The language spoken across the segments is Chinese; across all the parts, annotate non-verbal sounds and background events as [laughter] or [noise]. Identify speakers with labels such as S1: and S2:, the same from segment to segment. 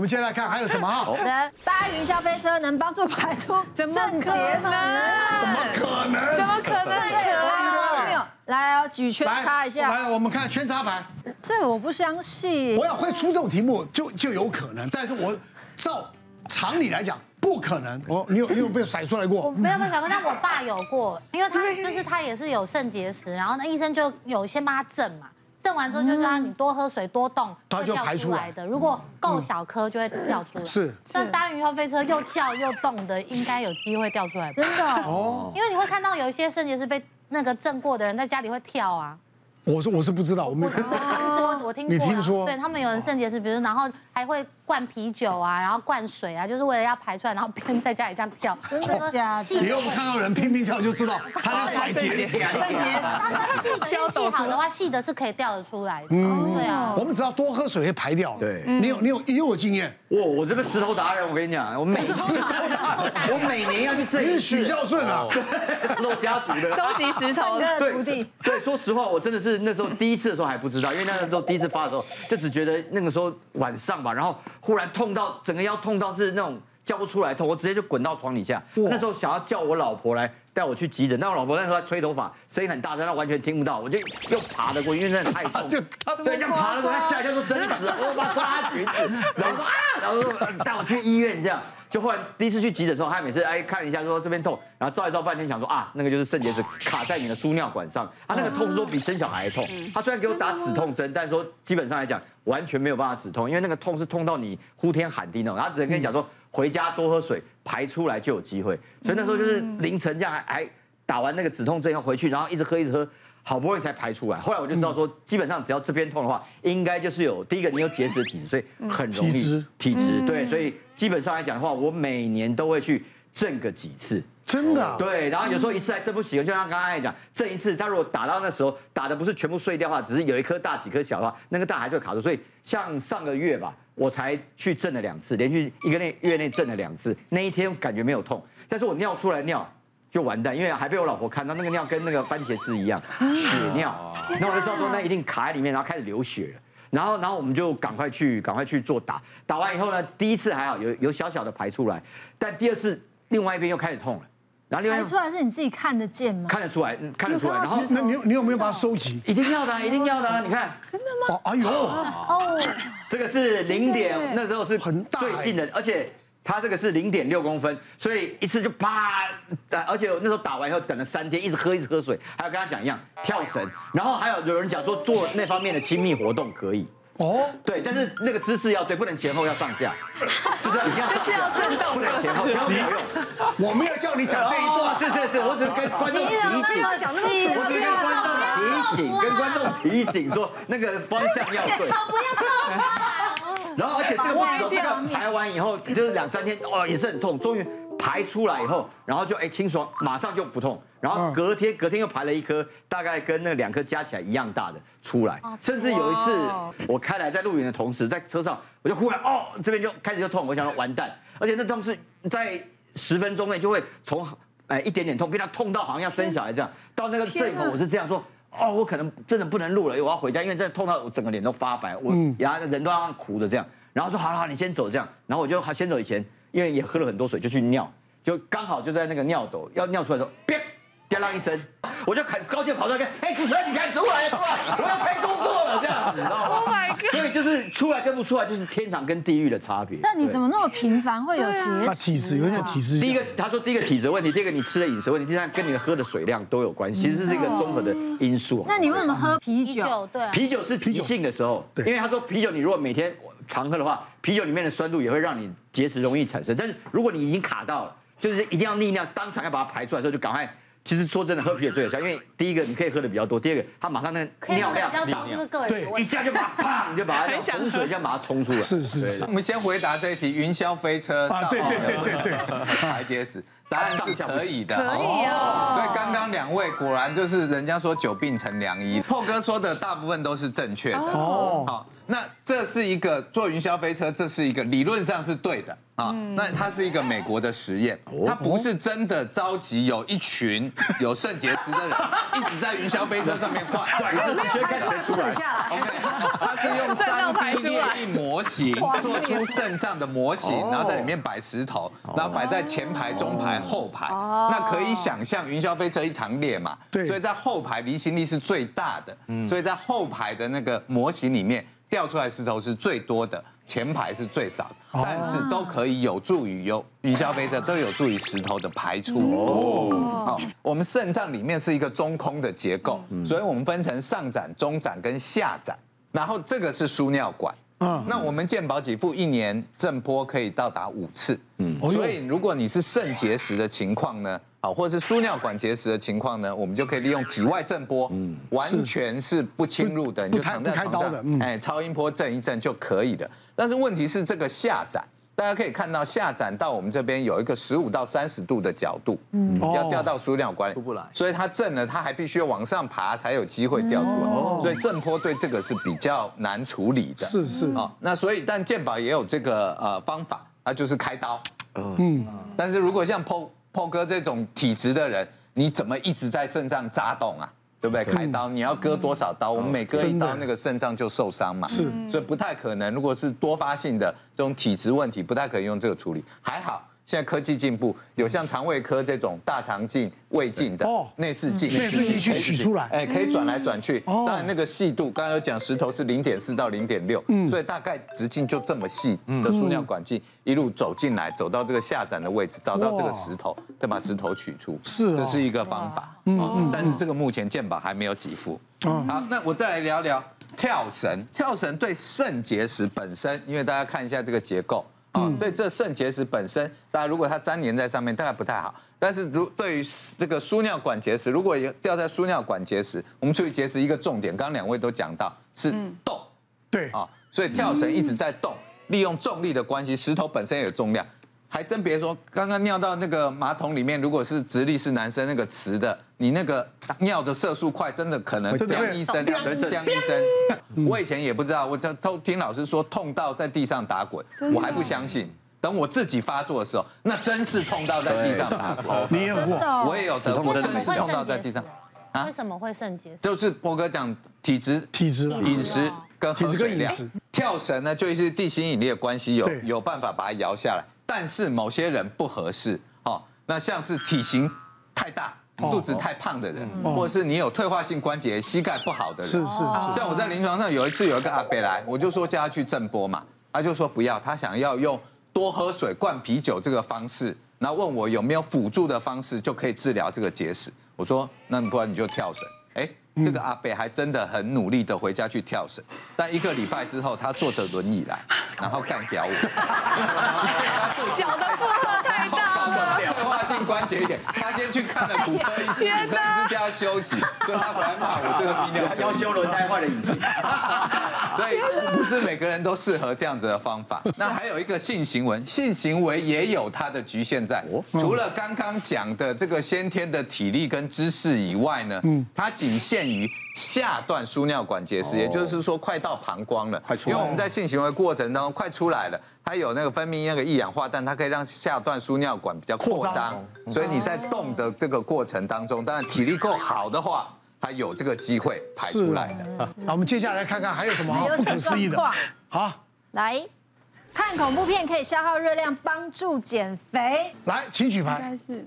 S1: 们先来看还有什么啊哈？
S2: [laughs] 能搭云霄飞车能帮助排出 [laughs]
S3: 怎么
S2: 肾结
S3: 可
S2: 石，
S1: 怎
S3: 能？
S1: 么可能？
S3: 怎么可能？
S2: 来没有来哦，举圈插一下，
S1: 来，我们看圈插牌。
S2: 这我不相信
S1: 我。要会出这种题目就就有可能，但是我照常理来讲不可能。哦，你有你有被甩出来过？
S4: 没有没有，但我爸有过，因为他
S2: [laughs]
S4: 但是他也是有肾结石，然后那医生就有先帮他震嘛，震完之后就叫他
S2: 嗯
S4: 你多喝水多动，
S1: 它
S4: 会
S1: 就
S4: 掉
S1: 排出
S4: 出
S1: 来嗯
S4: 来的。如果够小颗就会掉出来。
S1: 是，
S4: 那搭云霄飞车又叫又动的，应该有机会掉出来吧？
S2: 真的哦，
S1: 哦，
S4: 因为你会看到有一些肾结石被那个震过的人在家里会跳啊。
S1: 我说我是不知道，我们
S4: 我
S2: 哦
S4: 听说，我听过啊。
S1: 你听说
S4: 对他们有人肾结石，比如然后还会灌啤酒啊，然后灌水啊，就是为了要排出来，然后边在家里这样跳。
S2: 真的假的？
S1: 以后我们看到人拼命跳就知道他在甩结石。
S4: 他们细的运气好的话，细的是可以掉得出来的。对啊，
S1: 我们只要多喝水会排掉。
S5: 对
S1: 你有你有也有经验，
S5: 我我这个石头达人，我跟你讲，我每次我每年要去这
S1: 你
S5: 一
S1: 是
S5: 次
S1: 许
S5: [laughs]
S1: 孝顺
S5: 哦
S1: 啊？
S5: 漏家族的。
S3: 收集石
S2: 整，
S3: 头
S2: 个徒
S5: 对
S2: 弟，
S5: 对，说实话，我真的是那时候第一次的时候还不知道，因为那个时候第一次发的时候，就只觉得那个时候晚上吧，然后忽然痛到整个腰痛到是那种叫不出来痛，我直接就滚到床底下。那时候想要叫我老婆来带我去急诊，但我老婆那时候在吹头发，声音很大声，她完全听不到，我就又爬得过去，因为真的太痛。
S1: 啊就他
S5: 对，这样爬了过来，吓一跳说真死了，我把他抓他裙子，然后说啊，然后说你带我去医院这样。就后来第一次去急诊的时候，他每次哎看一下说这边痛，然后照一照半天，想说啊那个就是肾结石卡在你的输尿管上，他那个痛是说比生小孩还痛。他虽然给我打止痛针，但是说基本上来讲完全没有办法止痛，因为那个痛是痛到你呼天喊地那种，然后只能跟你讲说回家多喝水，排出来就有机会。所以那时候就是凌晨这样还还打完那个止痛针以后回去，然后一直喝一直喝，好不容易才排出来。后来我就
S1: 嗯
S5: 知道说，基本上只要这边痛的话，应该就是有第一个你有结石的体质，所以很容易
S1: 嗯体质嗯
S5: 体质对，所以基本上来讲的话，我每年都会去震个几次。
S1: 真的啊。
S5: 对，然后有时候一次还震不起，就像刚才讲，震一次，它如果打到那时候打的不是全部碎掉的话，只是有一颗大几颗小的话，那个大还是会卡住。所以像上个月吧， [laughs] 我才去震了两次，连续一个内月内震了两次。那一天感觉没有痛，但是我尿出来尿。就完蛋，因为还被我老婆看到那个尿跟那个番茄汁一样，血尿。那我就知道说那一定卡在里面，然后开始流血了。然后，然后我们就赶快去，赶快去做打。打完以后呢，第一次还好，有有小小的排出来，但第二次另外一边又开始痛了。然后另外一
S2: 排
S5: 边
S2: 出来是你自己看得见吗？
S5: 看得出来，嗯看得出来，然后
S1: 那你有你有没有把它收集？
S5: 一定要的啊，一定要的啊，你看
S1: 哦，哎呦，
S5: 这个是零点，那时候是
S1: 很大欸
S5: 最近的，而且它这个是零点六公分，所以一次就啪，打而且我那时候打完以后等了三天，一直喝一直喝水，还有跟他讲一样跳绳，然后还有有人讲说做那方面的亲密活动可以。
S1: 哦，
S5: 对，但是那个姿势要对，不能前后，要上下，就是要一定要上
S3: 是要
S5: 下，
S3: 震动
S5: 不能前后，千万不要用。
S1: 我没有叫你讲这一
S5: 哦
S1: 段，
S5: 是是是，我只是跟观众提
S2: 那
S5: 醒。
S2: 么细
S5: 我只是跟观众提醒，跟观众提醒说那个方向哎要对。 [laughs] 然后，而且这个我这个排完以后，就是两三天，哦，也是很痛。终于排出来以后，然后就哎清爽，马上就不痛。然后隔天，隔天又排了一颗，大概跟那两颗加起来一样大的出来。甚至有一次，我开来在录影的同时，在车上我就忽然哦，这边就开始就痛，我想说完蛋，而且那痛是在十分钟内就会从哎一点点痛，变到痛到好像要生小孩这样。到那个摄影棚，我是这样说。哦，我可能真的不能录了，我要回家，因为真的痛到我整个脸都发白，我然后人都要苦的这样。然后说好了，好了你先走这样。然后我就好先走以前，因为也喝了很多水，就去尿，就刚好就在那个尿斗要尿出来的时候，别别浪一声，我就很高兴跑出来跟，哎，主持人你看出来了，出哎来了，我要开工作了这样，你知道吗
S3: Oh my god
S5: 所以就是出来跟不出来，就是天堂跟地狱的差别。
S2: 那你
S5: 对
S2: 怎么那么频繁会有结石？
S1: 那体质有点
S3: 啊
S1: 体质。
S5: 第一个，他说第一个体质问题，第二个你吃的饮食问题，第三
S4: 嗯
S5: 个跟你喝的水量都有关系，其实是一个综合的因素。啊
S2: 那你为什么喝啤
S4: 啤
S2: 酒？
S4: 酒对啊，
S5: 啤酒是急性的时候，
S1: 对
S5: 因为他说啤酒你如果每天常喝的话，啤酒里面的酸度也会让你结石容易产生。但是如果你已经卡到了，就是一定要利尿，当场要把它排出来的时候就赶快。其实说真的，喝啤酒最有效，因为第一个你可以喝的比较多，第二个它马上那
S4: 可
S5: 个
S4: 以
S5: 尿
S4: 喝的
S5: 量
S4: 比较少，是不是个人的
S5: 一
S4: 问题？
S5: 下就把它啪，你就把它
S3: 很想喝
S5: 洪水一下把它冲出来。
S1: 是是是
S6: 我们先回答这一题：云霄飞车
S1: 啊
S6: 到
S1: 对
S6: 底
S1: 对
S6: 能不
S1: 对
S6: 能
S1: 对
S6: 排结石？答案是可以的。
S3: 可以哦。
S6: 所以刚刚两位果然就是人家说久病成良医，破哥说的大部分都是正确的。
S1: 哦
S6: 好，那这是一个坐云霄飞车，这是一个理论上是对的啊。
S3: 嗯
S6: 那它是一个
S1: 哦 [laughs]
S6: 美国的实验，它不是真的召集有一群有肾结石的人一直在云霄飞车上面画。
S5: 对，是直接看得出来。
S6: OK，它是用三 D 列印模型做出肾脏的模型，然后在里面摆石头，然后摆在前排、中排、后排。那可以想象云霄飞车一长列嘛，
S1: 对
S6: 所以在后排离心力是最大的，所以在后排的那个模型里面掉出来石头是最多的。前排是最少的，但是都可以有助于有云霄飞车都有助于石头的排出。哦好，我们肾脏里面是一个中空的结构，所以我们分成上展、中展跟下展，然后这个是输尿管。
S1: 嗯
S6: 那我们健保给付一年震波可以到达五次，嗯，
S1: 哦呦
S6: 所以如果你是肾结石的情况呢，好，或者是输尿管结石的情况呢，我们就可以利用体外震波，嗯，完全是不侵入的，
S1: 不
S6: 你就
S1: 不开
S6: 躺在
S1: 不开
S6: 床
S1: 刀
S6: 上
S1: 的，嗯
S6: 哎，超音波震一震就可以了。但是问题是这个下展，大家可以看到下展到我们这边有一个十五到三十度的角度，嗯，
S1: 哦
S6: 要掉到输尿管里
S5: 出不来
S6: 所以它震了，它还必须要往上爬才有机会掉出
S1: 哦
S6: 来，所以震波对这个是比较难处理的，
S1: 是是
S3: 嗯
S6: 啊，那所以但健保也有这个呃方法，那就是开刀，嗯，但是如果像 PO PO 哥这种体质的人，你怎么一直在肾脏扎洞啊？对不对？开刀你要割多少刀？我们每割一
S1: 嗯真
S6: 刀，
S1: 的
S6: 那个肾脏就受伤嘛，
S1: 是
S6: 所以不太可能。如果是多发性的这种体质问题，不太可以用这个处理。还好现在科技进步，有像肠胃科这种大肠镜、胃镜的
S1: 哦
S6: 内视镜，
S1: 内视镜去取出来
S6: 哎，可以转来转去。
S1: 哦
S6: 当然那个细度，刚刚有讲石头是零点四到零点六，
S1: 嗯
S6: 所以大概直径就这么细的输尿管径，一路走进来，走到这个下展的位置，找到这个
S1: 哇
S6: 石头，再把石头取出，
S1: 是哦
S6: 这是一个方法。嗯，但是这个目前健保还没有给付。
S1: 嗯
S6: 好，那我再来聊聊跳绳。跳绳对肾结石本身，因为大家看一下这个结构啊，对这肾结石本身，大家如果它粘连在上面，大概不太好。但是如对于这个输尿管结石，如果有掉在输尿管结石，我们注意结石一个重点，刚刚两位都讲到是动。
S1: 对，
S2: 哦
S6: 啊，所以跳绳一直在动，利用重力的关系，石头本身也有重量，还真别说，刚刚尿到那个马桶里面，如果是直立是男生那个瓷的，你那个尿的射速快，真的可能
S1: 真的
S6: 当
S1: 会
S6: 医生，啊
S5: 真的
S6: 当医生，我以前也不知道，我就偷听老师说痛到在地上打滚，我还不相信，等我自己发作的时候，那真是痛到在地上打滚，
S1: 你也有
S2: 真
S1: 过
S2: 的哦，
S6: 我也有得过，真是痛到在地上，啊
S4: 为什么会肾结石？
S6: 就是波哥讲体质
S1: 体质啊了，
S6: 饮食跟喝水
S1: 饮
S6: 量
S1: 食。
S6: 跳绳呢，就是地心引力的关系，有
S1: 对
S6: 有办法把它摇下来。但是某些人不合适哦，那像是体型太大、
S1: 哦
S6: 肚子太胖的人，
S1: 嗯
S6: 或者是你有退化性关节、膝盖不好的人，
S1: 是是是，
S6: 像我在临床上有一次有一个阿伯来，我就说叫他去震波嘛，他就说不要，他想要用多喝水、灌啤酒这个方式，然后问我有没有辅助的方式就可以治疗这个结石。我说那你不然你就跳绳。哎，
S1: 嗯
S6: 这个阿伯还真的很努力的回家去跳绳，但一个礼拜之后他坐着轮椅来，然后干掉我。
S3: 脚的负荷太大了。
S6: 退化性关节炎，他先去看了骨科医师，
S3: 天
S6: 骨科医
S3: 哪
S6: 师叫他休息，所以他回来骂我这个泌尿科医师
S5: 要修轮胎坏
S1: [laughs]
S5: 了引擎。
S6: [laughs] 所以不是每个人都适合这样子的方
S5: [laughs]
S6: 法。那还有一个性行为，性行为也有它的局限在。
S5: 哦
S6: 除了刚刚讲的这个先天的体力跟知识以外呢，
S5: 嗯
S6: 它仅限于下段输尿管结石，也就是说快到膀胱了，
S5: 哦快出来
S6: 因
S5: 了
S6: 为我们在性行为过程当中快出来了，它有那个分泌那个一氧化氮，它可以让下段输尿管比较扩
S1: 扩张
S6: 张，所以你在动的这个过程当中，当然体力够好的话，它有这个机会排出来的。
S1: 啊那我们接下来看看还有什么
S2: 还有
S1: 啊
S2: 什
S1: 不
S2: 么
S1: 可思议的
S2: 状况。
S1: 好，
S2: 来看恐怖片可以消耗热量，帮助减肥，
S1: 来，请举牌，
S3: 是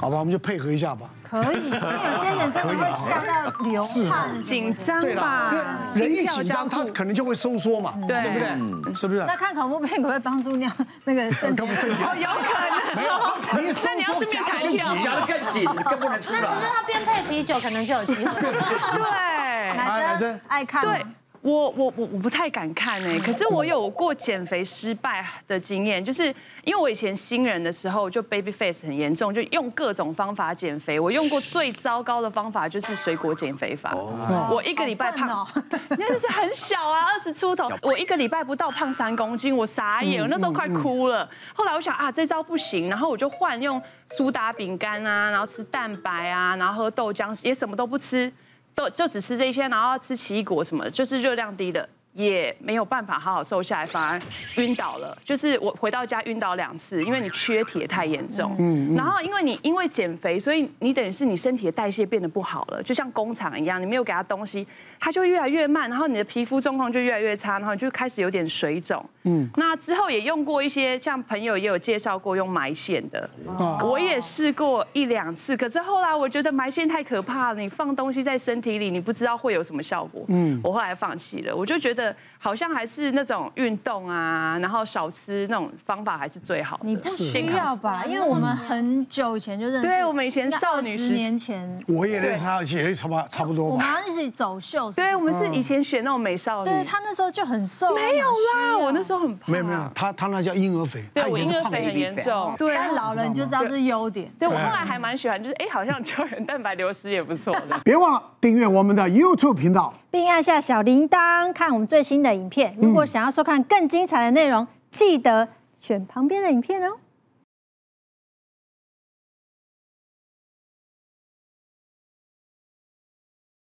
S1: 好吧，我们就配合一下吧。
S2: 可以。因为有些人真的会吓到流
S1: 是
S2: 汗。
S3: 紧张
S1: 对
S3: 吧
S1: 了，？因为人一紧张，
S3: 心跳嗯加
S1: 他
S3: 速
S1: 可能就会收缩嘛，
S3: 对
S1: 对不对？是不是？
S2: 那看恐怖片可不可以帮助尿
S1: [laughs]
S2: 那个肾
S1: 根本肾结石
S3: 有可能
S1: 没有，你一收
S3: 那你要
S1: 缩
S3: 是面
S1: 夹
S3: 弹
S1: 得更
S3: 跳
S1: 紧，
S5: 夹得更紧，更不能出
S4: 那可是
S5: 来。
S4: 他边配啤酒，可能就有机会。
S3: 对。
S1: 哎
S2: 男
S1: 男
S2: 生
S1: 生
S2: 爱看吗
S3: 对。我我我我不太敢看
S1: 嗯
S3: 哎，可是我有过减肥失败的经验，就是因为我以前新人的时候就 baby face 很严重，就用各种方法减肥。我用过最糟糕的方法就是水果减肥法，
S1: 哦
S3: 我一个礼拜胖
S2: 好笨哦，
S3: 因为 [laughs] 那是很小啊，二十出头，我一个礼拜不到胖三公斤，我傻眼，我那时候快哭了。后来我想啊，这招不行，然后我就换用苏打饼干啊，然后吃蛋白啊，然后喝豆浆，也什么都不吃。都就只吃这些，然后吃奇异果什么的，就是热量低的。也没有办法好好瘦下来，反而晕倒了。就是我回到家晕倒两次，因为你缺铁太严重。嗯，然后因为你因为减肥，所以你等于是你身体的代谢变得不好了，就像工厂一样，你没有给它东西，它就越来越慢，然后你的皮肤状况就越来越差，然后你就开始有点水肿。嗯，那之后也用过一些，像朋友也有介绍过用埋线的，
S1: 哦
S3: 我也试过一两次，可是后来我觉得埋线太可怕了，你放东西在身体里，你不知道会有什么效果。嗯，我后来放弃了，我就觉得好像还是那种运动啊，然后少吃那种方法还是最好的。
S2: 你不需
S3: 健康
S2: 要吧？因为我们很久以前就认识，
S3: 对我们以前少女
S2: 十
S3: 时
S2: 年前，
S1: 我也认识他，也差不多差不
S2: 我
S1: 多
S2: 们
S1: 吧。
S2: 好像一起走秀，
S3: 对，我们是以前选那种美少女。
S2: 对他那时候就很啊瘦，
S3: 没有啦，我那时
S2: 候，
S3: 候很胖。啊
S1: 没有没有，，他他那叫婴儿肥，
S3: 对
S1: 他
S3: 我
S1: 以
S3: 婴
S1: 前是
S3: 儿
S1: 胖
S3: 肥很
S1: baby
S3: 严重。对，
S1: 啊
S2: 但老了你就知道这是优点。
S3: 对我后来还蛮喜欢，就是哎，好像胶原蛋白流失也不错的。
S1: 别忘了订阅我们的 YouTube 频道。
S2: 并按下小铃铛看我们最新的影片。如果想要收看更精彩的内容，记得选旁边的影片哦。